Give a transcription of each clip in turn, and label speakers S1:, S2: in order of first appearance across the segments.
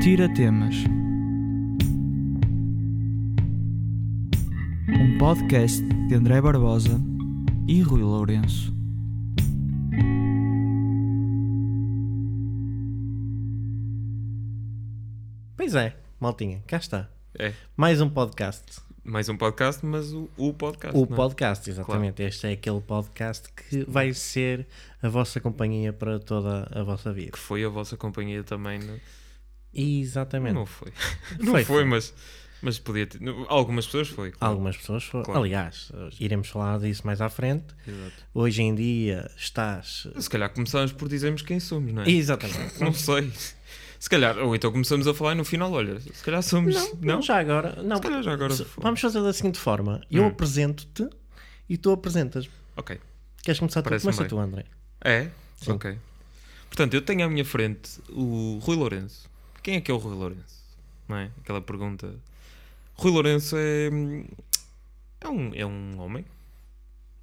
S1: Tira Temas Um podcast de André Barbosa e Rui Lourenço.
S2: Pois é, maltinha, cá está.
S3: É,
S2: Mais um podcast.
S3: mais um podcast, mas o, o podcast.
S2: O
S3: não é?
S2: podcast, exatamente. Este é aquele podcast que vai ser a vossa companhia para toda a vossa vida.
S3: Que foi a vossa companhia também. Não,
S2: Exatamente.
S3: não foi. Não
S2: Foi,
S3: foi,
S2: foi.
S3: mas, mas podia ter. não, Algumas pessoas foi. claro.
S2: Algumas pessoas foram.
S3: Claro.
S2: Aliás, iremos falar disso mais à frente.
S3: Exato.
S2: Hoje em dia estás.
S3: Se calhar começámos por dizermos quem somos, não é?
S2: Exatamente.
S3: Não sei. Se calhar, ou então começamos a falar e no final, olha, se calhar somos.
S2: Não, não, já agora. Não,
S3: Se calhar já agora
S2: se-
S3: foi.
S2: vamos fazer da seguinte forma: eu
S3: Hum.
S2: apresento-te e tu apresentas-me.
S3: Ok.
S2: Queres começar tu?
S3: Parece-me
S2: Começa
S3: bem.
S2: tu, André.
S3: É?
S2: Sim.
S3: Ok. Portanto, eu tenho à minha frente o Rui Lourenço. Quem é que é o Rui Lourenço? Não é? Aquela pergunta. Rui Lourenço é. É um, é um homem.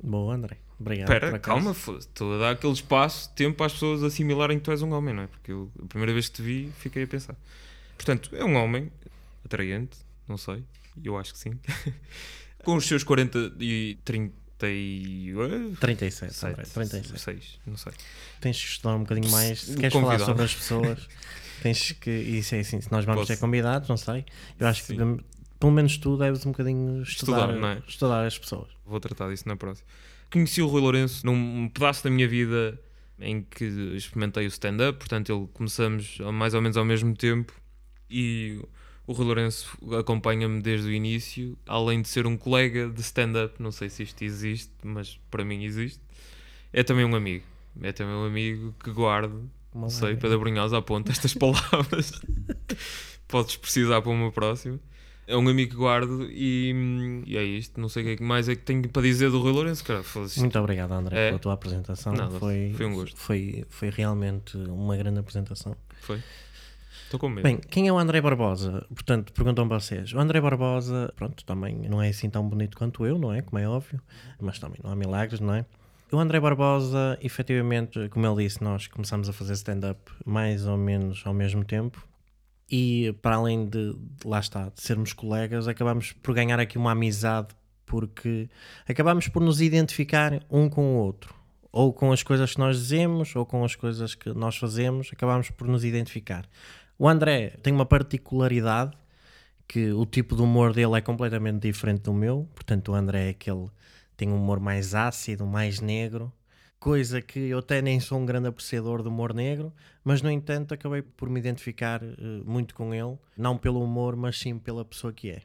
S2: Boa, André. Obrigado. É por
S3: Espera,
S2: acaso.
S3: calma, foda-se. estou a dar aquele espaço, tempo para as pessoas assimilarem que tu és um homem, não é? Porque eu, a primeira vez que te vi, fiquei a pensar. Portanto, é um homem atraente, não sei, eu acho que sim. Com os seus 40 e 30 e... eh,
S2: 37, André. 37.
S3: 36, não sei.
S2: tens que estudar um bocadinho mais. Se
S3: Se
S2: queres
S3: convidar.
S2: falar sobre as pessoas, tens que. Isso é assim. Se nós vamos
S3: Posso.
S2: ser convidados, não sei. Eu acho que
S3: Sim.
S2: devem- pelo menos tu deves um bocadinho estudar,
S3: Estudar,
S2: estudar,
S3: não é?
S2: as pessoas.
S3: Vou tratar disso na próxima. Conheci o Rui Lourenço num pedaço da minha vida em que experimentei o stand-up, portanto, ele começamos a- mais ou menos ao mesmo tempo e o Rui Lourenço acompanha-me desde o início, além de ser um colega de stand-up, não sei se isto existe, mas para mim existe. É também um amigo. É também um amigo que guardo,
S2: Uma
S3: não sei,
S2: lágrima.
S3: Pedro Brunhosa aponta estas palavras. Podes precisar para uma próxima. É um amigo que guardo e, hum, e é isto. Não sei o que é que mais é que tenho para dizer do Rui Lourenço, cara. Foda-se.
S2: Muito obrigado, André,
S3: É.
S2: pela tua apresentação.
S3: Nada,
S2: foi,
S3: foi um gosto.
S2: Foi, foi realmente uma grande apresentação.
S3: Foi. Estou com medo.
S2: Hum. Bem, quem é o André Barbosa? Portanto, perguntam vocês. O André Barbosa, pronto, também não é assim tão bonito quanto eu, não é? Como é óbvio, mas também não há milagres, não é? O André Barbosa, efetivamente, como ele disse, nós começamos a fazer stand-up mais ou menos ao mesmo tempo e para além de, de lá está, de sermos colegas, acabamos por ganhar aqui uma amizade porque acabamos por nos identificar um com o outro. Ou com as coisas que nós dizemos, ou com as coisas que nós fazemos, acabamos por nos identificar. O André tem uma particularidade que o tipo de humor dele é completamente diferente do meu. Portanto, o André é aquele tem um humor mais ácido, mais negro, coisa que eu até nem sou um grande apreciador do humor negro, mas no entanto acabei por me identificar eh, muito com ele, não pelo humor, mas sim pela pessoa que é.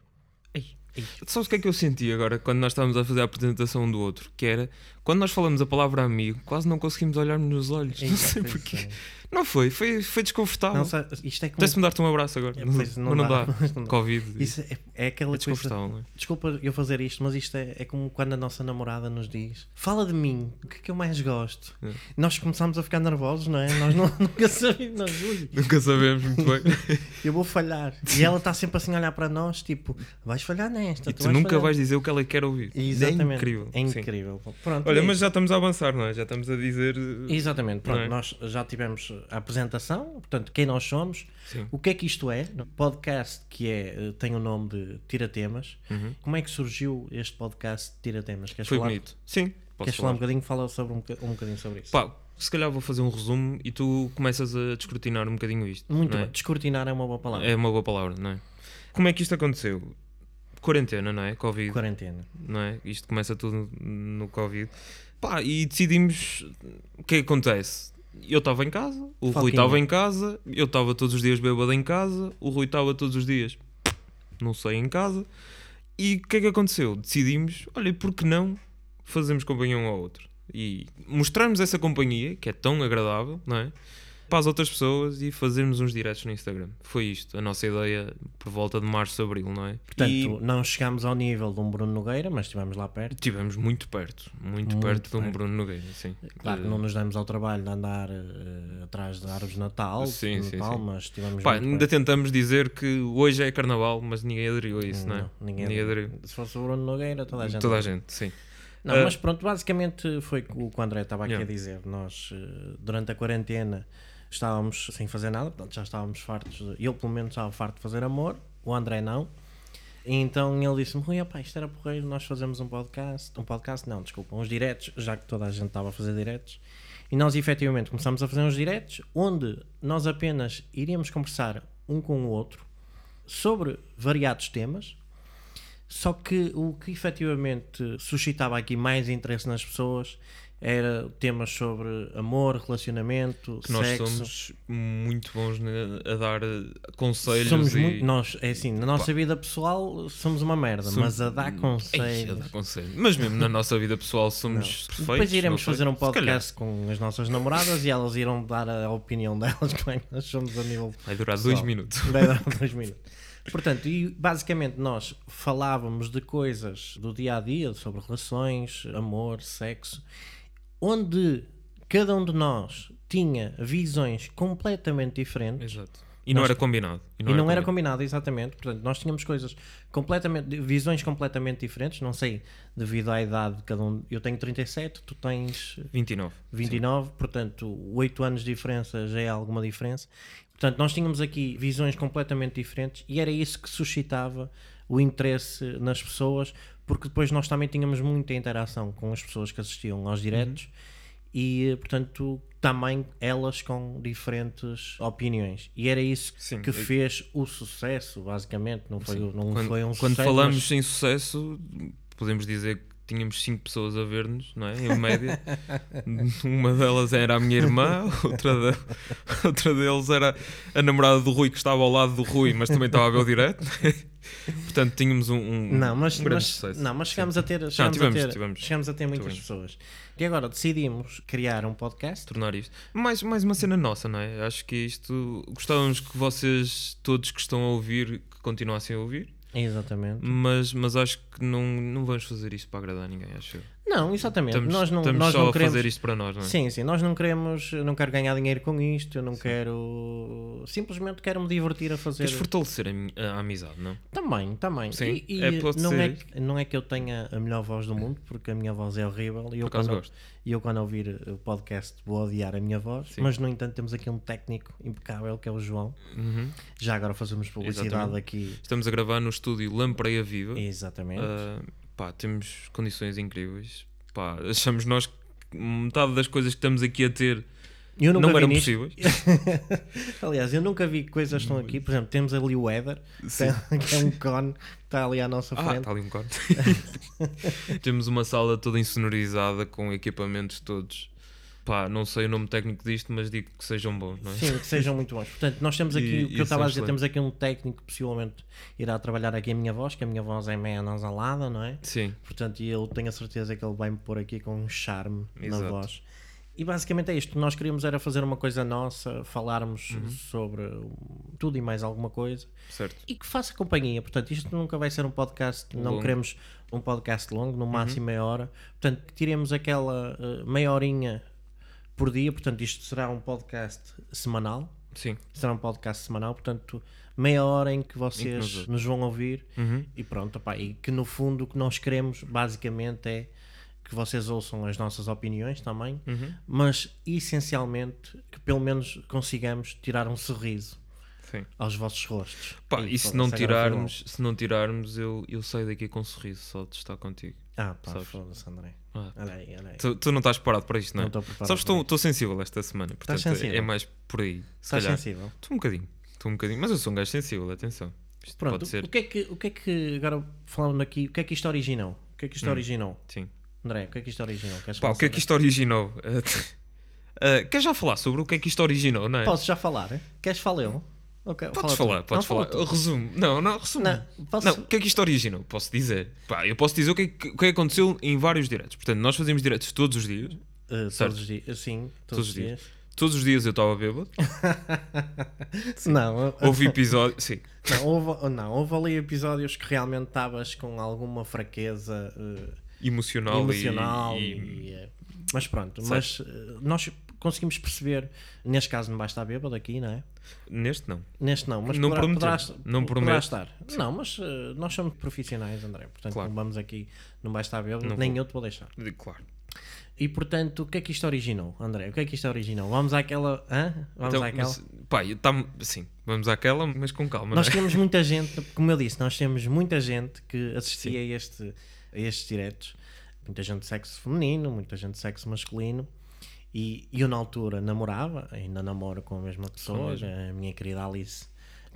S3: Sabes o que é que eu senti agora quando nós estávamos a fazer a apresentação um do outro? Que era quando nós falamos a palavra amigo, quase não conseguimos olhar-nos nos olhos. não sei
S2: Pois
S3: porquê.
S2: é.
S3: Não foi, foi, foi desconfortável.
S2: Não
S3: Não sei.
S2: sei, isto é como...
S3: me dar-te um abraço agora.
S2: É, pois, não
S3: mas não
S2: dá.
S3: dá.
S2: Mas não dá.
S3: Covid.
S2: Isso é, é aquela
S3: é
S2: coisa.
S3: desconfortável, não é?
S2: Desculpa eu fazer isto, mas isto é, é como quando a nossa namorada nos diz: Fala de mim, o que é que eu mais gosto?
S3: É.
S2: Nós começamos a ficar nervosos, não é? Nós não- nunca sabemos. nós, "Ui,
S3: Nunca sabemos muito bem.
S2: Eu vou falhar. E ela está sempre assim a olhar para nós, tipo, vais falhar nesta.
S3: e tu nunca
S2: falhar.
S3: vais dizer o que ela quer ouvir.
S2: Então Exatamente.
S3: É incrível.
S2: É
S3: Sim.
S2: incrível. Pronto.
S3: Olha,
S2: é
S3: mas
S2: isso.
S3: já estamos a avançar, não é? Já estamos a dizer. eh,
S2: Exatamente, pronto,
S3: Não é?
S2: nós já tivemos a apresentação, portanto, quem nós somos,
S3: Sim.
S2: o que é que isto é? Podcast que é, eh, tem o nome de Tira Temas. Como é que surgiu este podcast de Tira Temas? Queres
S3: Uhum. Foi
S2: falar,
S3: bonito. Sim, posso
S2: Queres falar um bocadinho? Fala sobre um, boca- um bocadinho sobre isso.
S3: Pá, se calhar vou fazer um resumo e tu começas a descortinar um bocadinho isto.
S2: Muito
S3: não
S2: bem, descortinar é uma boa palavra.
S3: É? é uma boa palavra, não é? Como é que isto aconteceu? Quarentena, não é? Covid,
S2: Quarentena.
S3: não é? Isto começa tudo no Covid. Pá, e decidimos. O que é que acontece? Eu estava em casa, o Rui
S2: Foquinha.
S3: estava em casa, eu estava todos os dias bêbado em casa, o Rui estava todos os dias, não sei, em casa. E o que é que aconteceu? Decidimos, olha, e por que não fazermos companhia um ao outro? E mostrarmos essa companhia, que é tão agradável, não é? Para as outras pessoas e fazermos uns diretos no Instagram. Foi isto, a nossa ideia por volta de março, abril, não é?
S2: Portanto,
S3: E-
S2: não chegámos ao nível de um Bruno Nogueira, mas estivemos lá perto.
S3: Estivemos muito perto, muito,
S2: Muito
S3: perto de um
S2: perto.
S3: Bruno Nogueira, sim.
S2: Claro que
S3: Eh,
S2: não nos demos ao trabalho de andar eh, atrás de árvores de Natal,
S3: Sim,
S2: de
S3: sim,
S2: Natal
S3: sim.
S2: mas tivemos.
S3: pá,
S2: muito
S3: ainda
S2: bem.
S3: tentamos dizer que hoje é carnaval, mas ninguém aderiu a isso, não, é?
S2: ninguém,
S3: aderiu.
S2: Se fosse o Bruno Nogueira, toda a gente.
S3: Toda a gente, sim.
S2: Não,
S3: Ah.
S2: mas pronto, basicamente foi o que o André estava aqui
S3: Yeah.
S2: a dizer. Nós, eh, durante a quarentena, estávamos sem fazer nada, portanto já estávamos fartos, de- eu pelo menos estava farto de fazer amor, o André não. E então ele disse-me, Rui, opá, isto era porreiro, nós fazemos um podcast, um podcast não, desculpa, uns diretos, já que toda a gente estava a fazer diretos. E nós efetivamente começámos a fazer uns diretos, onde nós apenas iríamos conversar um com o outro sobre variados temas, só que o que efetivamente suscitava aqui mais interesse nas pessoas era temas sobre amor, relacionamento,
S3: Que nós
S2: sexo.
S3: somos muito bons ne- a dar eh, conselhos
S2: Somos
S3: e...
S2: muito, nós, é assim, na nossa vida pessoal somos uma merda, mas a dar
S3: Ei, a
S2: conselhos.
S3: dar conselho. Mas mesmo na nossa vida pessoal somos perfeitos.
S2: Depois iremos
S3: não sei.
S2: fazer um
S3: Se calhar.
S2: podcast com as nossas namoradas e elas irão dar a opinião delas como é que nós somos a nível
S3: Vai durar dois
S2: Pessoal.
S3: minutos.
S2: Dez a dois minutos. Portanto, e basicamente nós falávamos de coisas do dia a dia, sobre relações, amor, sexo, onde cada um de nós tinha visões completamente diferentes
S3: Exato. E não é
S2: Nós-
S3: era combinado.
S2: e não era combinado, exatamente. Portanto, nós tínhamos coisas completamente, visões completamente diferentes, não sei, devido à idade de cada um. Eu tenho 37, tu tens
S3: 29.
S2: 29, portanto, 8 anos de diferença já é alguma diferença. Portanto, nós tínhamos aqui visões completamente diferentes e era isso que suscitava o interesse nas pessoas, porque depois nós também tínhamos muita interação com as pessoas que assistiam aos diretos
S3: Uhum.
S2: e, eh, portanto, também elas com diferentes opiniões. E era isso
S3: Sim,
S2: que
S3: eu-
S2: fez o sucesso, basicamente. Não foi, o- não
S3: Quando,
S2: foi um
S3: quando
S2: sucesso.
S3: falamos
S2: mas-
S3: em sucesso, podemos dizer que tínhamos cinco pessoas a ver-nos, não é? Em média. Uma delas era a minha irmã, outra, de- outra deles era a namorada do Rui que estava ao lado do Rui, mas também estava a ver o direto. Portanto, tínhamos um, um-
S2: Não, mas,
S3: um grande
S2: mas-
S3: sucesso.
S2: não, mas chegámos a ter, chegámos,
S3: tivemos-
S2: a ter
S3: tivemos-
S2: chegámos a ter muitas
S3: tivemos.
S2: pessoas. E agora decidimos criar um podcast.
S3: tornar isto. Mais, mais uma cena nossa, não é? Acho que isto. Gostávamos que vocês, todos que estão a ouvir, que continuassem a ouvir,
S2: Exatamente.
S3: mas, mas acho que não, não vamos fazer isto para agradar ninguém, acho eu.
S2: Não, exatamente.
S3: Estamos,
S2: nós não,
S3: estamos
S2: nós
S3: só
S2: não
S3: a
S2: queremos.
S3: fazer isto para nós, não é?
S2: Sim, sim, nós não queremos, eu não quero ganhar dinheiro com isto, eu não quero. Simplesmente quero me divertir a fazer.
S3: Queres fortalecer a, mi- a amizade, não?
S2: Também, também.
S3: Sim,
S2: e, e
S3: é, pode
S2: não,
S3: ser
S2: é,
S3: isso.
S2: que- não é que eu tenha a melhor voz do mundo, porque a minha voz é horrível e eu,
S3: Por acaso
S2: quando,
S3: gosto.
S2: e eu quando ouvir o podcast vou odiar a minha voz,
S3: Sim.
S2: mas no entanto temos aqui um técnico impecável que é o João.
S3: Uhum.
S2: Já agora fazemos publicidade
S3: Exatamente.
S2: aqui.
S3: Estamos a gravar no estúdio Lampreia Viva.
S2: Exatamente.
S3: Ah, pá, temos condições incríveis. Pá, achamos nós que metade das coisas que estamos aqui a ter
S2: eu nunca
S3: não
S2: vi
S3: eram
S2: nisto. É
S3: possívees.
S2: Aliás, eu nunca vi coisas que estão aqui. Por exemplo, temos ali o Éder,
S3: Sim.
S2: que é um cone, que está ali à nossa
S3: Ah,
S2: frente.
S3: está ali um corte. Temos uma sala toda insonorizada com equipamentos todos. Pá, não sei o nome técnico disto, mas digo que sejam bons, não é?
S2: Sim, que sejam muito bons. Portanto, nós temos aqui,
S3: E-
S2: o que
S3: e
S2: eu estava a
S3: são
S2: dizer, temos aqui um técnico que possivelmente irá trabalhar aqui a minha voz, que a minha voz é meio anasalada, não é?
S3: Sim.
S2: Portanto, e eu tenho a certeza que ele vai me pôr aqui com um charme na
S3: Exato.
S2: voz. E basicamente é isto. Nós queríamos era fazer uma coisa nossa, falarmos
S3: Uhum.
S2: sobre um, tudo e mais alguma coisa.
S3: certo.
S2: e que faça companhia. Portanto, isto nunca vai ser um podcast, não
S3: Longo.
S2: queremos um podcast longo, no máximo meia hora. Portanto, que tiremos aquela eh, meia horinha por dia. Portanto, isto será um podcast semanal.
S3: Sim.
S2: Será um podcast semanal, portanto, meia hora em que vocês
S3: nos
S2: nos, vão ouvir e pronto, opá, e que no fundo o que nós queremos basicamente é que vocês ouçam as nossas opiniões também, mas essencialmente que pelo menos consigamos tirar um sorriso
S3: Sim.
S2: aos vossos rostos.
S3: Pá,
S2: Ei,
S3: e se
S2: foda-se,
S3: não
S2: agora foi
S3: tirarmos, se não tirarmos, eu, eu saio daqui com um sorriso só de estar contigo.
S2: mal. Ah, pá,
S3: Sabes?
S2: foda-se, André.
S3: Ah.
S2: Olha aí, olha aí.
S3: Tu, tu não estás preparado para isto, não é?
S2: Não estou preparado
S3: Sabes,
S2: para
S3: estou estou sensível esta semana, portanto
S2: sensível?
S3: é mais por aí. Se
S2: Estás
S3: calhar.
S2: sensível.
S3: Estou um bocadinho, estou um bocadinho, mas eu sou um gajo sensível, atenção. Isto
S2: Pronto,
S3: pode ser.
S2: O, que é que, o que é que, agora falando aqui, o que é que isto originou? O que é que isto originou?
S3: Sim.
S2: André, o que é que isto originou? Queres
S3: Hum. Pá, o que é
S2: começar?
S3: que isto originou? Uh, queres já falar sobre o que é que isto originou, não é?
S2: Posso já falar? eh? Queres falar eu? Ok,
S3: Podes
S2: fala tu.
S3: falar, podes
S2: Não,
S3: falar.
S2: fala tu.
S3: Resumo. Não, não, resumo.
S2: Não,
S3: Não,
S2: posso-
S3: o que é que isto originou? Posso dizer. Pá, eu posso dizer o que é que, o que é que aconteceu em vários diretos. Portanto, nós fazíamos diretos todos os dias.
S2: Eh,
S3: Certo.
S2: todos os dias. Sim, todos,
S3: Todos
S2: os
S3: os
S2: dias.
S3: Todos os dias eu estava bêbado.
S2: Não, eh,
S3: Houve episódios. Sim.
S2: não, houve, não, houve ali episódios que realmente estavas com alguma fraqueza eh,
S3: Emocional, e-
S2: emocional.
S3: e.
S2: e, eh, mas pronto, mas eh, nós conseguimos perceber, neste caso não vai estar bêbado aqui, não é?
S3: Neste não.
S2: Neste não, mas
S3: Não
S2: poderá,
S3: prometo,
S2: poderás-
S3: não
S2: poderá
S3: prometo.
S2: estar. Não, mas eh, nós somos profissionais, André, portanto
S3: Claro.
S2: não vamos aqui, não vai estar bêbado,
S3: Não
S2: nem
S3: vou.
S2: eu te vou deixar.
S3: De- Claro.
S2: E portanto, o que é que isto originou, André? O que é que isto originou? Vamos àquela. Hã? Vamos
S3: Então,
S2: àquela.
S3: mas, pá, eu tam- sim, vamos àquela, mas com calma.
S2: Nós
S3: não é?
S2: temos muita gente, como eu disse, nós temos muita gente que assistia a, este, a estes diretos. Muita gente de sexo feminino, muita gente de sexo masculino. E eu, na altura, namorava, ainda namoro com a mesma pessoa, é
S3: mesmo.
S2: a minha querida Alice,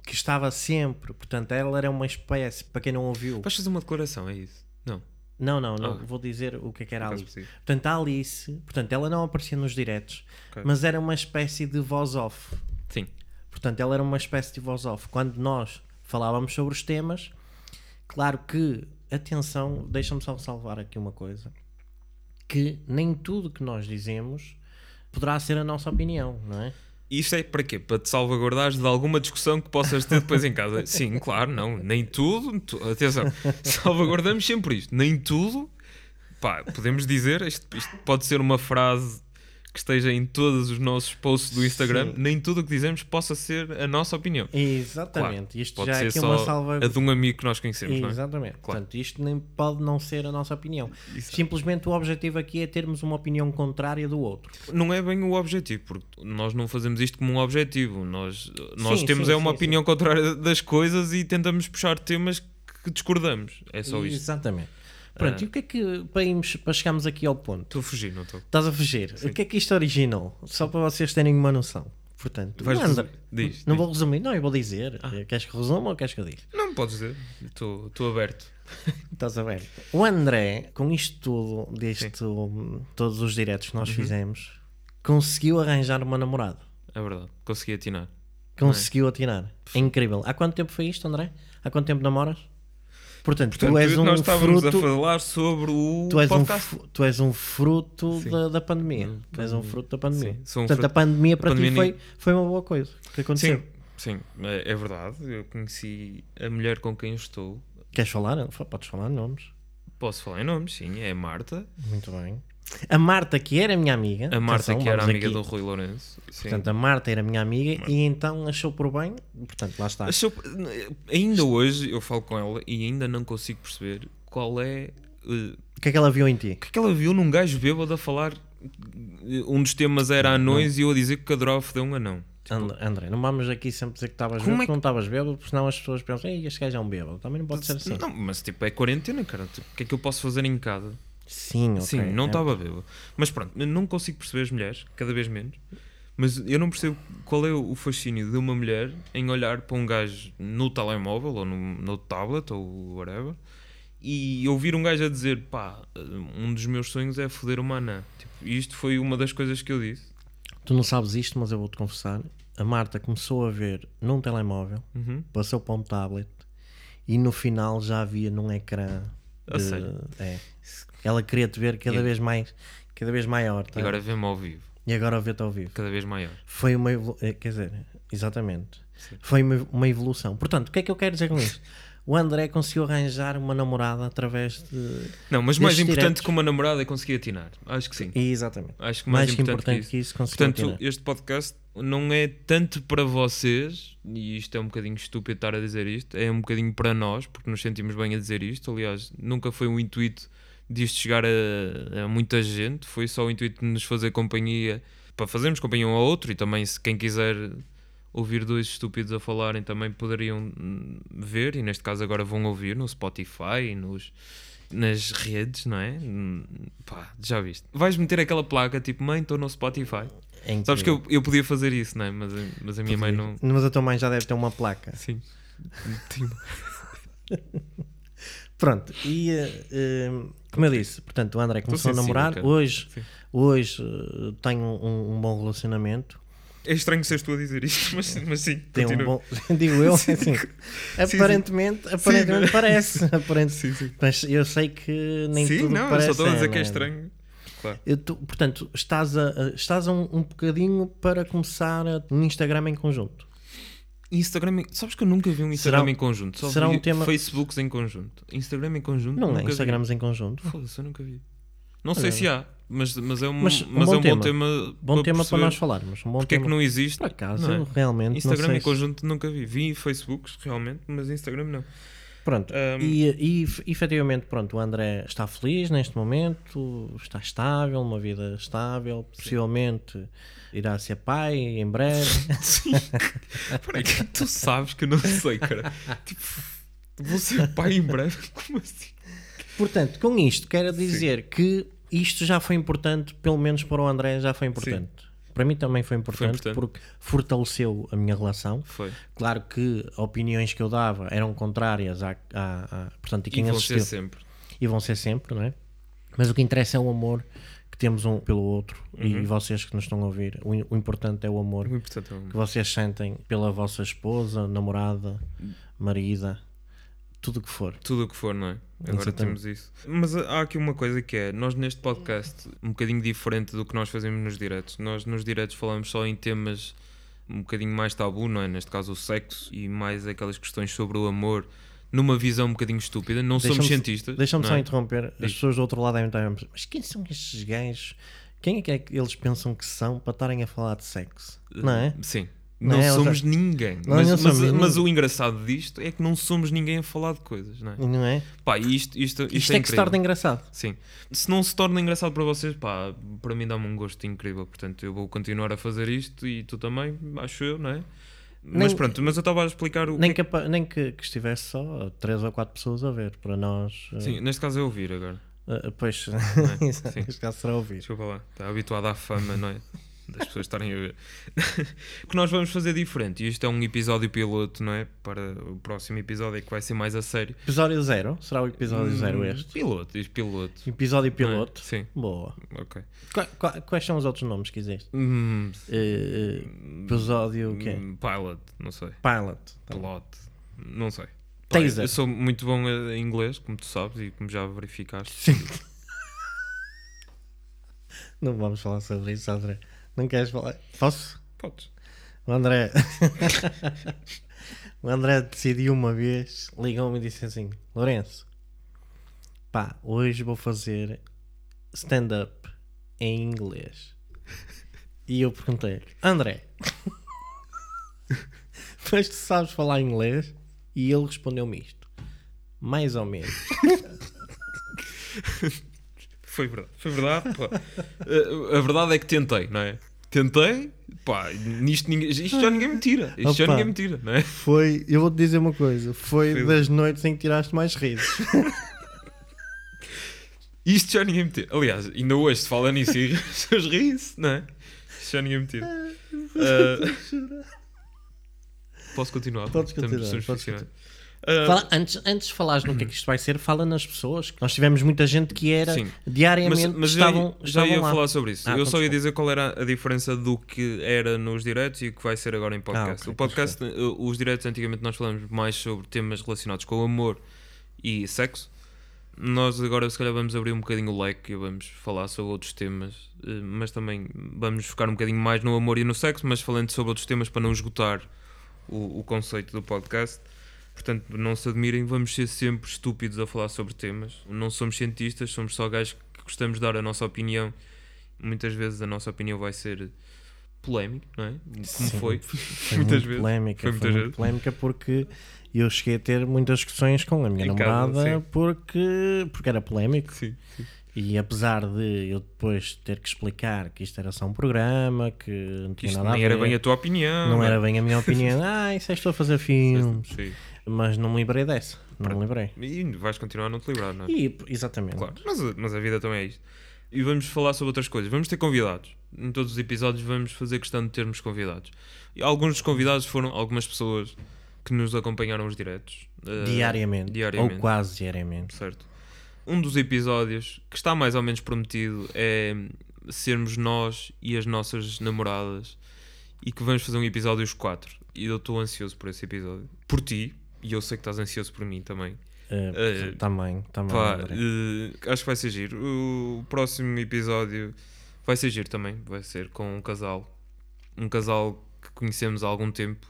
S2: que estava sempre. Portanto, ela era uma espécie, para quem não ouviu.
S3: Vais fazer uma declaração, é isso? Não.
S2: Não, não, não
S3: Ah.
S2: vou dizer o que é que era a
S3: Caso
S2: Alice.
S3: possível.
S2: Portanto, a Alice, portanto, ela não aparecia nos diretos,
S3: Ok.
S2: mas era uma espécie de voz off.
S3: Sim.
S2: Portanto, ela era uma espécie de voz off. Quando nós falávamos sobre os temas, claro que, atenção, deixa-me só ressalvar aqui uma coisa, que nem tudo que nós dizemos poderá ser a nossa opinião, não é?
S3: Isto é para quê? Para te salvaguardares de alguma discussão que possas ter depois em casa. Sim, claro, não. Nem tudo. tu- atenção, salvaguardamos sempre isto. Nem tudo. Pá, podemos dizer, isto, isto pode ser uma frase que esteja em todos os nossos posts do Instagram. Nem tudo o que dizemos possa ser a nossa opinião.
S2: Exatamente.
S3: Claro,
S2: Isto
S3: pode
S2: já é
S3: ser
S2: aqui
S3: só
S2: uma salva...
S3: a de um amigo que nós conhecemos, não é?
S2: Exatamente.
S3: Claro.
S2: Portanto, isto nem pode não ser a nossa opinião.
S3: Exato.
S2: Simplesmente o objetivo aqui é termos uma opinião contrária do outro.
S3: Não é bem o objetivo, porque nós não fazemos isto como um objetivo. Nós, nós
S2: Sim,
S3: temos
S2: sim,
S3: é uma
S2: sim,
S3: opinião contrária das coisas e tentamos puxar temas que discordamos. É só isto. Ah.
S2: Exatamente. Pronto, e o que é que para, irmos, para chegarmos aqui ao ponto?
S3: Estou a fugir, não estou?
S2: Estás a fugir. O que é que isto originou? Só para vocês terem uma noção. Portanto,
S3: Vais
S2: André,
S3: resumir? Diz,
S2: não
S3: diz. Ah.
S2: vou resumir, não, eu vou dizer. Eh, Queres que resuma ou queres que eu diga?
S3: Não me podes dizer. Estou estou aberto.
S2: Estás a ver? O André, com isto tudo, deste, hum, todos os diretos que
S3: Uhum.
S2: nós fizemos, conseguiu arranjar uma namorada.
S3: É verdade. Consegui atinar.
S2: Conseguiu atinar. É incrível. Há quanto tempo foi isto, André? Há quanto tempo namoras? Portanto, tu
S3: Portanto,
S2: és um
S3: nós estávamos
S2: fruto...
S3: a falar sobre o
S2: Tu és, um,
S3: podcast.
S2: fu- tu és um fruto
S3: Sim.
S2: da, da pandemia. Tu és um fruto da pandemia.
S3: Sim, sou um
S2: Portanto,
S3: fruto.
S2: a pandemia para ti
S3: pandemia
S2: foi, foi uma boa coisa que aconteceu.
S3: Sim, sim, é é verdade. Eu conheci a mulher com quem eu estou.
S2: Queres falar? Fa- Podes falar nomes.
S3: Posso falar em nomes, sim, é a Marta.
S2: Muito bem. A Marta, que era minha amiga.
S3: A Marta,
S2: atenção,
S3: que era
S2: vamos
S3: amiga
S2: aqui.
S3: do Rui Lourenço. Sim.
S2: Portanto, a Marta era minha amiga e então achou por bem. Portanto, lá está.
S3: Achou- Ah, Ainda hoje eu falo com ela e ainda não consigo perceber qual é. eh,
S2: O que é que ela viu em ti?
S3: o que é que ela viu num gajo bêbado a falar? eh, Um dos temas era anões e eu a dizer que a Drofa é um anão.
S2: And- André, não vamos aqui sempre dizer que estavas
S3: Como
S2: bêbado,
S3: é
S2: que não estavas bêbado, porque senão as pessoas pensam, Ei, este gajo é um bêbado. Também não pode ser assim.
S3: Não, mas tipo, é quarentena, cara. Tipo, o que é que eu posso fazer em casa?
S2: Sim, ok.
S3: Sim, não
S2: É-
S3: estava bêbado. Mas pronto, eu não consigo perceber as mulheres, cada vez menos. Mas eu não percebo qual é o fascínio de uma mulher em olhar para um gajo no telemóvel ou no, no tablet ou whatever e ouvir um gajo a dizer pá, um dos meus sonhos é foder uma anã. Tipo, isto foi uma das coisas que eu disse.
S2: Tu não sabes isto, mas eu vou-te confessar. A Marta começou a ver num telemóvel,
S3: Uhum.
S2: passou para um tablet e no final já havia num ecrã.
S3: A sério?
S2: é. Ela queria te ver cada
S3: E-
S2: vez mais, cada vez maior.
S3: E
S2: tá?
S3: agora vê-me ao vivo,
S2: E agora vê-te ao vivo.
S3: cada vez maior.
S2: Foi uma evolução. Quer dizer, exatamente. Foi uma, uma evolução. Portanto, o que é que eu quero dizer com isto? O André conseguiu arranjar uma namorada através de.
S3: Não, mas mais
S2: Destes
S3: importante
S2: diretos.
S3: que uma namorada é conseguir atinar. Acho que sim.
S2: Exatamente.
S3: Acho que mais,
S2: Mais, importante que isso, conseguiu
S3: Portanto,
S2: atinar.
S3: este podcast não é tanto para vocês, e isto é um bocadinho estúpido estar a dizer isto, é um bocadinho para nós, porque nos sentimos bem a dizer isto. Aliás, nunca foi o intuito disto chegar a, a muita gente, foi só o intuito de nos fazer companhia, para fazermos companhia um ao outro, e também se quem quiser ouvir dois estúpidos a falarem também poderiam hum, ver, e neste caso agora vão ouvir no Spotify, nos, nas redes, não é? Hum, Pá, já viste. Vais meter aquela placa tipo, mãe, estou no Spotify.
S2: É incrível.
S3: Sabes que eu, eu podia fazer isso, não é? Mas, a- mas a minha mãe não.
S2: Mas a tua mãe já deve ter uma placa.
S3: Sim. Tipo, Tinha-
S2: Pronto, e eh, eh, como eu disse, portanto, o André começou a
S3: sensível,
S2: namorar.
S3: cara.
S2: Hoje,
S3: Sim.
S2: hoje eh, tenho um, um bom relacionamento.
S3: É estranho seres tu a dizer isto, mas, mas sim.
S2: Tem um
S3: continua.
S2: bom. Digo eu, assim. aparentemente, aparentemente parece. Aparente,
S3: Sim, sim.
S2: Mas eu sei que nem
S3: sim,
S2: tudo
S3: não, eu
S2: parece.
S3: só estou a dizer
S2: né?
S3: que é estranho. Claro.
S2: Eu tô- portanto, estás, a, a- estás a um, um bocadinho para começar a- um Instagram em conjunto.
S3: Instagram. em- Sabes que eu nunca vi um Instagram
S2: Será-
S3: em conjunto. Só
S2: será
S3: vi
S2: um tema-
S3: Facebooks em conjunto. Instagram em conjunto.
S2: Não
S3: nunca
S2: é
S3: vi.
S2: Instagrams em conjunto.
S3: Foda-se, eu nunca vi. Não sei se há, mas, mas é um,
S2: Mas
S3: mas,
S2: um
S3: é
S2: bom tema.
S3: um bom tema.
S2: Bom tema para
S3: perceber
S2: nós falarmos. Um bom
S3: Porque é
S2: tema.
S3: que não existe?
S2: Por acaso,
S3: não é?
S2: eu realmente não
S3: Instagram
S2: sei
S3: em
S2: se-
S3: conjunto nunca vi. Vi Facebooks realmente, mas Instagram não.
S2: Pronto,
S3: Ahm.
S2: e, e f- efetivamente, pronto, o André está feliz neste momento, está estável, uma vida estável, possivelmente irá ser pai em breve.
S3: Sim. Peraí, que tu sabes que eu não sei, cara. Tipo, vou ser pai em breve? Como assim?
S2: Portanto, com isto, quero dizer que isto já foi importante, pelo menos para o André já foi importante. Para mim também foi importante,
S3: importante.
S2: porque fortaleceu a minha relação.
S3: Foi.
S2: Claro que opiniões que eu dava eram contrárias à. à- à- portanto, e
S3: E
S2: quem é
S3: vão
S2: assistiu
S3: ser sempre.
S2: e vão ser sempre, não é? Mas o que interessa é o amor que temos um pelo outro
S3: Uhum.
S2: e vocês que nos estão a ouvir, o, o importante é o amor
S3: O importante é o
S2: que vocês sentem pela vossa esposa, namorada, marida, tudo o que for.
S3: Tudo o que for, não é? Agora
S2: Exatamente.
S3: temos isso. Mas há aqui uma coisa que é: nós neste podcast, um bocadinho diferente do que nós fazemos nos diretos, nós nos diretos falamos só em temas um bocadinho mais tabu, não é? Neste caso, o sexo e mais aquelas questões sobre o amor, numa visão um bocadinho estúpida. Não somos
S2: Deixa-me-
S3: cientistas.
S2: Deixa-me
S3: não
S2: só
S3: é?
S2: interromper, as
S3: Diz.
S2: pessoas do outro lado devem estar a pensar, mas quem são estes gajos? Quem é que é que eles pensam que são para estarem a falar de sexo? Não é?
S3: Sim.
S2: Não
S3: Não,
S2: é? Ou
S3: somos
S2: seja,
S3: ninguém.
S2: não-
S3: mas,
S2: não
S3: mas-
S2: somos ninguém.
S3: mas o engraçado disto é que não somos ninguém a falar de coisas, não é?
S2: Não é?
S3: Pá, e isto, isto,
S2: Isto
S3: isto, é,
S2: é que se
S3: incrível.
S2: torna engraçado.
S3: Sim. Se não se torna engraçado para vocês, pá, para mim dá-me um gosto incrível. Portanto, eu vou continuar a fazer isto e tu também, acho eu, não é? mas
S2: Nem-
S3: pronto, mas eu estava a explicar o
S2: Nem
S3: que. é
S2: que, apa- nem que, que estivesse só três ou quatro pessoas a ver, para nós. eh,
S3: Sim, neste caso é ouvir agora.
S2: Ah, pois,
S3: é?
S2: isso
S3: Sim.
S2: neste caso será ouvir.
S3: Desculpa lá, está habituado à fama, não é? Das pessoas estarem a ver. o que nós vamos fazer diferente, e isto é um episódio piloto, não é? Para o próximo episódio é que vai ser mais a sério.
S2: Episódio zero? Será o episódio zero
S3: Hum,
S2: este?
S3: Piloto, diz piloto.
S2: Episódio piloto?
S3: Não é? Sim,
S2: Boa.
S3: ok.
S2: Qua- qua- quais são os outros nomes que existem?
S3: Hum,
S2: Eh, eh, episódio o quê?
S3: hum, Pilot, não sei.
S2: Pilot. Tá bom.
S3: Plot. Não sei. Pá,
S2: Taser.
S3: Eu sou muito bom eh, em inglês, como tu sabes e como já verificaste.
S2: Não vamos falar sobre isso, André. Não queres falar? Posso?
S3: Podes.
S2: O André. o André decidiu uma vez, ligou-me e disse assim: Lourenço, pá, hoje vou fazer stand-up em inglês. E eu perguntei: André, mas tu sabes falar inglês? E ele respondeu-me isto: Mais ou menos.
S3: Foi verdade. Foi verdade. pá. Eh, a verdade é que tentei, não é? Tentei, pá, nisto, ninguém, isto já ninguém me tira. Isto já
S2: Opa.
S3: ninguém me tira, não é?
S2: Foi, eu vou-te dizer uma coisa: foi,
S3: Foi-
S2: das noites em que tiraste mais risos.
S3: Isto já ninguém me tira. Aliás, ainda hoje se fala nisso e as pessoas riem-se, não é? Isto já ninguém me tira.
S2: Ah,
S3: Eh, posso continuar?
S2: Podes
S3: Temos-
S2: continuar,
S3: somos
S2: podes
S3: profissionais. Eh,
S2: Fala- antes, antes de falares no que é que isto vai ser, fala nas pessoas. Nós tivemos muita gente que era
S3: Sim.
S2: diariamente
S3: já ia-
S2: estavam,
S3: já,
S2: estavam
S3: ia
S2: lá.
S3: falar sobre isso.
S2: Ah,
S3: eu
S2: então
S3: só ia
S2: desculpa.
S3: dizer qual era a diferença do que era nos diretos e o que vai ser agora em podcast.
S2: Ah, ok,
S3: o podcast, eh, os diretos antigamente nós falamos mais sobre temas relacionados com o amor e sexo. Nós agora se calhar vamos abrir um bocadinho o leque e vamos falar sobre outros temas, eh, mas também vamos focar um bocadinho mais no amor e no sexo, mas falando sobre outros temas para não esgotar o, o conceito do podcast. Portanto, não se admirem, vamos ser sempre estúpidos a falar sobre temas. Não somos cientistas, somos só gajos que gostamos de dar a nossa opinião. Muitas vezes a nossa opinião vai ser polémica, não é? Como
S2: Sim.
S3: foi.
S2: Foi
S3: muitas
S2: muito
S3: vezes.
S2: Polémica, foi
S3: Foi muitas
S2: muito
S3: vezes.
S2: polémica porque eu cheguei a ter muitas discussões com a minha
S3: Em casa,
S2: namorada
S3: sim.
S2: porque, porque era polémico.
S3: Sim.
S2: E apesar de eu depois ter que explicar que isto era só um programa, que não
S3: Que
S2: tinha
S3: isto
S2: nada a
S3: nem
S2: ver,
S3: era bem a tua opinião. é?
S2: não era bem a minha opinião, ah, isso é estou a fazer filmes,
S3: Sim.
S2: mas não me livrei dessa, não me livrei.
S3: E vais continuar a não te livrar, não é?
S2: E, exatamente.
S3: Claro. Mas, a- mas a vida também é isto. E vamos falar sobre outras coisas. Vamos ter convidados. Em todos os episódios vamos fazer questão de termos convidados. E alguns dos convidados foram algumas pessoas que nos acompanharam os diretos. eh,
S2: Diariamente,
S3: diariamente.
S2: ou quase diariamente.
S3: certo? Um dos episódios que está mais ou menos prometido é sermos nós e as nossas namoradas e que vamos fazer um episódio os quatro. E eu estou ansioso por esse episódio. Por ti, e eu sei que estás ansioso por mim também.
S2: Uh,
S3: Eh,
S2: também, também. É um
S3: Pá,
S2: André.
S3: eh, acho que vai ser giro. O próximo episódio vai ser giro também. Vai ser com um casal. Um casal que conhecemos há algum tempo.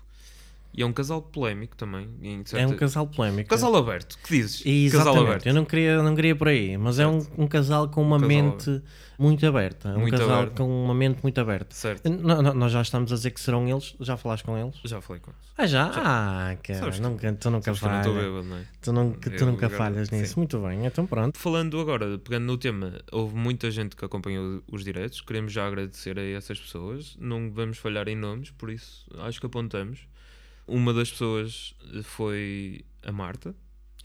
S3: E é um casal polémico também. em certa-
S2: É um casal polémico.
S3: casal aberto, que dizes? Um
S2: Exatamente.
S3: Casal aberto.
S2: Eu não queria, eu não queria por aí, mas é um, um casal com uma
S3: Casal
S2: mente muito aberta. Um
S3: Muito
S2: casal
S3: aberta.
S2: com uma mente muito aberta.
S3: Certo,
S2: N- n- nós já estamos a dizer que serão eles. Já falaste com eles?
S3: já falei com eles.
S2: Ah, já? Ah, cara,
S3: Sabes que-
S2: nunca, tu nunca
S3: Sabes que eu não estou
S2: falhas.
S3: bêbado, não é?
S2: Tu nunca, tu
S3: Eu-
S2: nunca
S3: eu-
S2: falhas
S3: sim.
S2: nisso. Muito bem, então pronto.
S3: Falando agora, pegando no tema, houve muita gente que acompanhou os diretos, queremos já agradecer a essas pessoas, não vamos falhar em nomes, por isso acho que apontamos. Uma das pessoas foi a Marta,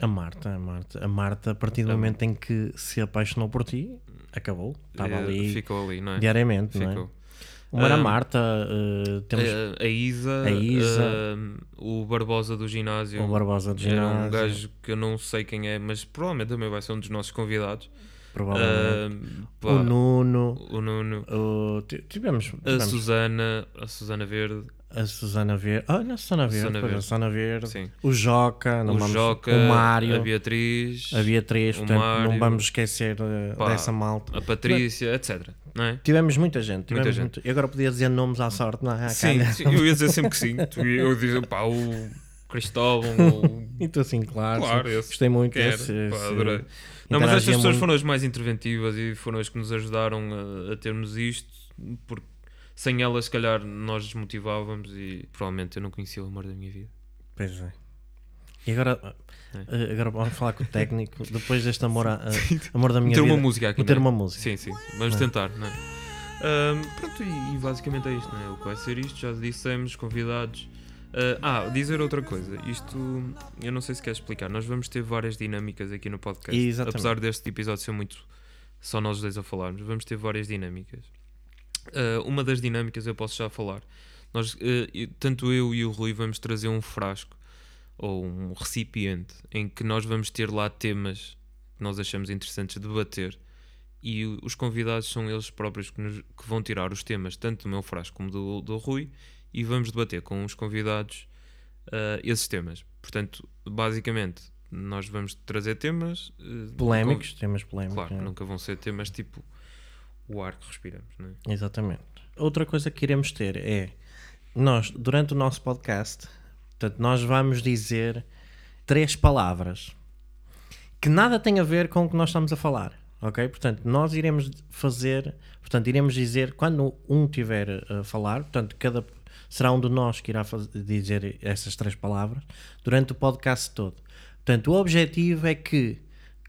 S2: A Marta, a Marta, a Marta, a partir do
S3: A-
S2: momento em que se apaixonou por ti, acabou. Estava
S3: eh,
S2: ali
S3: ficou ali, não é?
S2: diariamente, não é?
S3: Ficou.
S2: Uma era a
S3: Ah,
S2: Marta, eh, temos
S3: Eh, a Isa,
S2: A Isa.
S3: eh, o Barbosa do ginásio,
S2: o Barbosa de
S3: era
S2: ginásio,
S3: um gajo que eu não sei quem é, mas provavelmente também vai ser um dos nossos convidados.
S2: provavelmente.
S3: Eh, pá,
S2: o Nuno,
S3: o Nuno,
S2: o- ti- tivemos,
S3: a
S2: tivemos
S3: Susana, a Susana Verde,
S2: a Susana Verde, olha a Susana Verde,
S3: Susana
S2: pois, a
S3: Verde.
S2: Susana Verde,
S3: sim.
S2: o Joca, não
S3: o
S2: vamos,
S3: Joca,
S2: o Mário,
S3: a Beatriz,
S2: a Beatriz,
S3: o
S2: portanto, não
S3: Mário,
S2: vamos esquecer eh,
S3: pá,
S2: dessa malta.
S3: a Patrícia, etc. Não é?
S2: Tivemos muita gente, tivemos
S3: gente.
S2: muito- eu agora podia dizer nomes à sorte, não é? À
S3: Sim,
S2: calha.
S3: sim, eu ia dizer sempre que sim. Tu- Eu dizia, pá, o Cristóvão, o...
S2: E tu assim, claro.
S3: Claro,
S2: sim.
S3: esse
S2: Gostei muito
S3: quero,
S2: desse.
S3: pá,
S2: esse-
S3: adorei. Não, mas estas
S2: interagia
S3: pessoas
S2: muito.
S3: foram as mais interventivas e foram as que nos ajudaram a, a termos isto, porque sem elas, se calhar, nós desmotivávamos e provavelmente eu não conhecia o amor da minha vida.
S2: Pois é. E agora,
S3: É.
S2: eh, agora vamos falar com o técnico. Depois deste amor, a- a- amor da minha
S3: Meter
S2: vida.
S3: uma música aqui.
S2: meter
S3: não é?
S2: uma música.
S3: Sim, sim, vamos tentar, não é? Ahm, pronto, e, e basicamente é isto, não é? O que vai ser isto, já dissemos, convidados. ah, ah, dizer outra coisa, isto eu não sei se queres explicar. Nós vamos ter várias dinâmicas aqui no podcast,
S2: Exatamente.
S3: apesar deste episódio ser muito só nós dois a falarmos. Vamos ter várias dinâmicas. Ah, uma das dinâmicas eu posso já falar. Nós, eh, e- tanto eu e o Rui vamos trazer um frasco ou um recipiente em que nós vamos ter lá temas que nós achamos interessantes de debater e o- os convidados são eles próprios que, nos- que vão tirar os temas, tanto do meu frasco como do, do Rui, e vamos debater com os convidados ah, esses temas. Portanto, basicamente, nós vamos trazer temas eh,
S2: Polémicos, temas polémicos.
S3: Claro,
S2: não é?
S3: nunca vão ser temas tipo o ar que respiramos, não é?
S2: Exatamente. Outra coisa que iremos ter é nós, durante o nosso podcast, portanto, nós vamos dizer três palavras que nada têm a ver com o que nós estamos a falar. Ok? Portanto, nós iremos fazer, portanto, iremos dizer quando um tiver a falar, portanto, cada será um de nós que irá faz- dizer essas três palavras durante o podcast todo. Portanto, o objetivo é que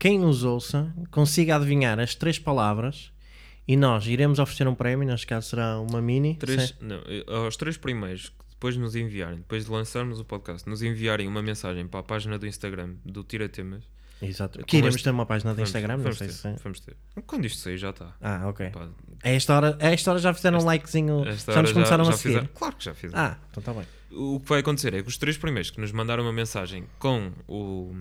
S2: quem nos ouça consiga adivinhar as três palavras e nós iremos oferecer um prémio, neste caso será uma mini.
S3: Três,
S2: Sim.
S3: não, eh, aos três primeiros que depois nos enviarem, depois de lançarmos o podcast, nos enviarem uma mensagem para a página do Instagram do Tira Temas.
S2: Exato. Que
S3: Com
S2: iremos
S3: este-
S2: ter uma página Ah, do
S3: vamos-
S2: Instagram,
S3: vamos
S2: não
S3: ter,
S2: sei se. é.
S3: Vamos ter. Quando isto sair, já está.
S2: Ah, ok.
S3: Pá,
S2: A esta hora, a esta hora já fizeram um likezinho.
S3: esta
S2: Já
S3: hora
S2: nos começaram
S3: já
S2: a seguir.
S3: fizeram- Claro que já fizeram.
S2: Ah, então está bem.
S3: O que vai acontecer é que os três primeiros que nos mandaram uma mensagem com o,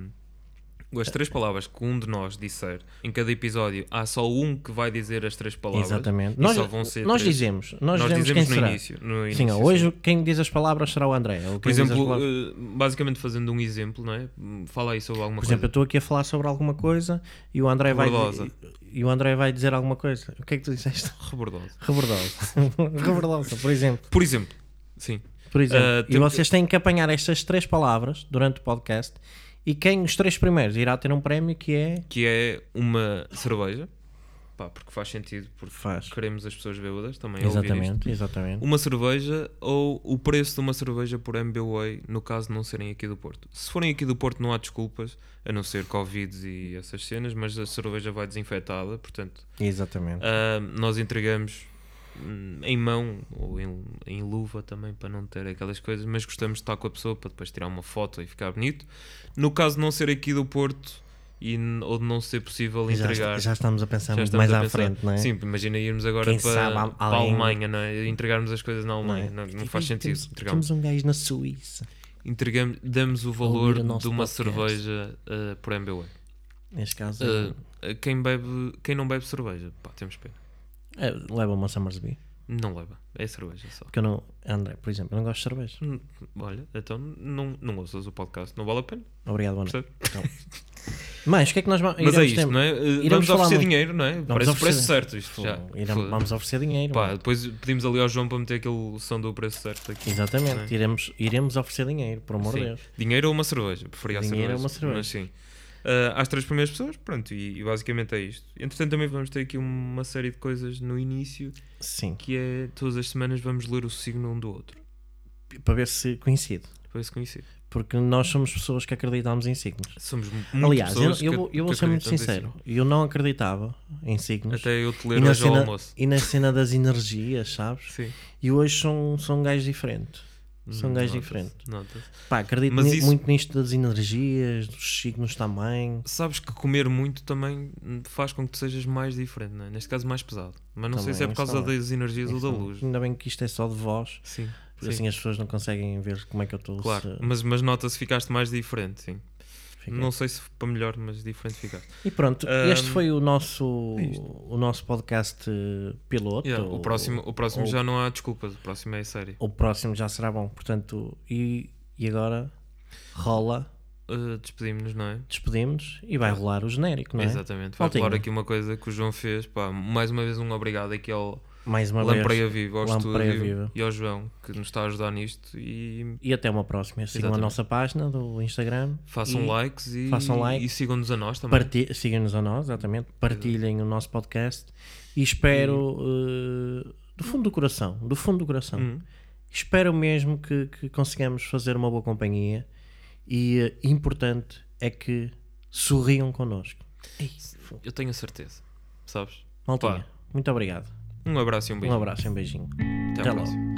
S3: as três palavras que um de nós disser em cada episódio, há só um que vai dizer as três palavras.
S2: Exatamente.
S3: E
S2: Nós,
S3: só vão ser
S2: nós
S3: três.
S2: dizemos, nós,
S3: Nós
S2: dizemos,
S3: dizemos
S2: quem
S3: no
S2: será.
S3: início, no
S2: sim,
S3: início,
S2: hoje quem diz as palavras será o André. ou
S3: Por
S2: quem diz as
S3: exemplo,
S2: palavras-
S3: eh, basicamente fazendo um exemplo, não é? Fala aí sobre alguma
S2: por
S3: coisa.
S2: exemplo, eu estou aqui a falar sobre alguma coisa e o André vai
S3: Rebordosa.
S2: e o André vai dizer alguma coisa. O que é que tu disseste?
S3: Rebordosa.
S2: Rebordosa. Rebordosa, por exemplo.
S3: Por exemplo, sim.
S2: Por exemplo.
S3: Ah,
S2: E
S3: tem-
S2: vocês têm que apanhar estas três palavras durante o podcast e quem os três primeiros irá ter um prémio que é
S3: Que é uma cerveja. Pá, porque faz sentido, porque
S2: faz.
S3: queremos as pessoas bêbadas também a ouvir isto.
S2: Exatamente, exatamente.
S3: uma cerveja ou o preço de uma cerveja por MBWay, no caso de não serem aqui do Porto. Se forem aqui do Porto, não há desculpas, a não ser Covid e essas cenas, mas a cerveja vai desinfetada, portanto,
S2: Exatamente.
S3: ah, nós entregamos hum, em mão ou em, em luva também, para não ter aquelas coisas, mas gostamos de estar com a pessoa para depois tirar uma foto e ficar bonito. No caso de não ser aqui do Porto e, n- ou de não ser possível
S2: Já,
S3: Ah, entregar.
S2: já estamos a pensar
S3: Já
S2: muito
S3: estamos
S2: mais
S3: a
S2: à
S3: pensar.
S2: frente, não é?
S3: Sim, imagina irmos agora
S2: Quem
S3: para,
S2: sabe al-
S3: para a
S2: alguém- é?
S3: Alemanha, não é? Entregarmos as coisas na Alemanha. Não, é? não faz sentido.
S2: Temos,
S3: Entregamos,
S2: temos um gajo na Suíça.
S3: entregamos, damos o
S2: Ouvir
S3: valor
S2: o nosso
S3: de uma
S2: podcast.
S3: cerveja eh, por MBA.
S2: Neste caso,
S3: Ah, Eh, quem, bebe, quem não bebe cerveja, pá, temos pena.
S2: é, leva uma Summersby.
S3: Não leva. É cerveja só.
S2: Porque eu não. André, por exemplo, eu não gosto de cerveja.
S3: Hum, Olha, então não, não ouças o podcast, não vale a pena.
S2: Obrigado, boa noite.
S3: percebe?
S2: Mas o que é que nós vamos.
S3: Mas é
S2: iremos
S3: isto,
S2: ter-
S3: não é? Eh,
S2: iremos
S3: vamos
S2: falar
S3: oferecer
S2: muito.
S3: dinheiro, não é? Parece o
S2: oferecer-
S3: preço certo isto já.
S2: Pô, iremos- vamos oferecer dinheiro.
S3: Pá,
S2: mano.
S3: depois pedimos ali ao João para meter aquele som do preço certo aqui.
S2: é?
S3: é?
S2: Exatamente, iremos, iremos oferecer dinheiro, por amor de
S3: Sim.
S2: Deus.
S3: Dinheiro ou uma cerveja? Preferia
S2: Dinheiro
S3: a cerveja.
S2: ou uma cerveja.
S3: Mas sim. Ah, às três primeiras pessoas, pronto, e, e basicamente é isto. Entretanto, também vamos ter aqui uma série de coisas no início,
S2: Sim,
S3: que é todas as semanas vamos ler o signo um do outro.
S2: para ver se coincide.
S3: Para se conhecer.
S2: Porque nós somos pessoas que acreditamos em signos.
S3: Somos mu- muito
S2: Aliás, eu,
S3: pessoas
S2: eu
S3: que-
S2: vou, eu vou
S3: que
S2: ser muito
S3: acreditam nisso.
S2: sincero. Eu não acreditava em signos.
S3: Até eu te
S2: E
S3: ler
S2: na,
S3: hoje ao
S2: cena,
S3: almoço.
S2: e na cena das energias, sabes?
S3: Sim.
S2: E hoje são, são um gajo diferente.
S3: Hum,
S2: São um gajo
S3: Nota-se,
S2: diferente.
S3: nota-se.
S2: Pá, acredito
S3: Mas
S2: ni-
S3: isso-
S2: muito nisto das energias, dos signos também.
S3: Sabes que comer muito também faz com que tu sejas mais diferente, não é? neste caso mais pesado. Mas não sei
S2: Também,
S3: se é por
S2: isso
S3: causa
S2: também.
S3: das energias ou da
S2: Então,
S3: luz.
S2: Ainda bem que isto é só de voz,
S3: Sim,
S2: porque
S3: sim,
S2: assim as pessoas não conseguem ver como é que eu estou. se
S3: claro. Mas, mas nota-se que ficaste mais diferente, sim.
S2: fica-
S3: Não sei se para melhor, mas diferente ficaste.
S2: E pronto,
S3: Ahm,
S2: este foi o nosso,
S3: é isto.
S2: o nosso podcast eh, piloto.
S3: Yeah, o próximo, o próximo
S2: ou-
S3: já não há desculpas, o próximo é a série.
S2: O próximo já será bom, portanto, e, e agora rola,
S3: Uh, Despedimos-nos, não é?
S2: despedimos e vai rolar o genérico, não é?
S3: Exatamente. Vai
S2: Maltinha.
S3: falar aqui uma coisa que o João fez. Pá, mais uma vez, um obrigado aqui ao
S2: Mais uma
S3: Lampreia
S2: vez.
S3: Viva, ao
S2: Lampreia
S3: estúdio
S2: Viva.
S3: e ao João, que nos está a ajudar nisto. E
S2: E até uma próxima. Sigam
S3: Exatamente.
S2: a nossa página do Instagram.
S3: façam
S2: e
S3: likes e,
S2: façam like.
S3: e sigam-nos a nós também.
S2: Parti... Sigam-nos a nós, exatamente. Partilhem o nosso podcast e espero, eh, do fundo do coração, do fundo do coração,
S3: Hum.
S2: espero mesmo que, que consigamos fazer uma boa companhia e eh, importante é que sorriam connosco. Ei, fô.
S3: Eu tenho a certeza, sabes?
S2: Maltinha, muito obrigado.
S3: Um abraço e um
S2: Um
S3: beijo.
S2: abraço e um beijinho.
S3: Até, à
S2: Até logo.
S3: próxima.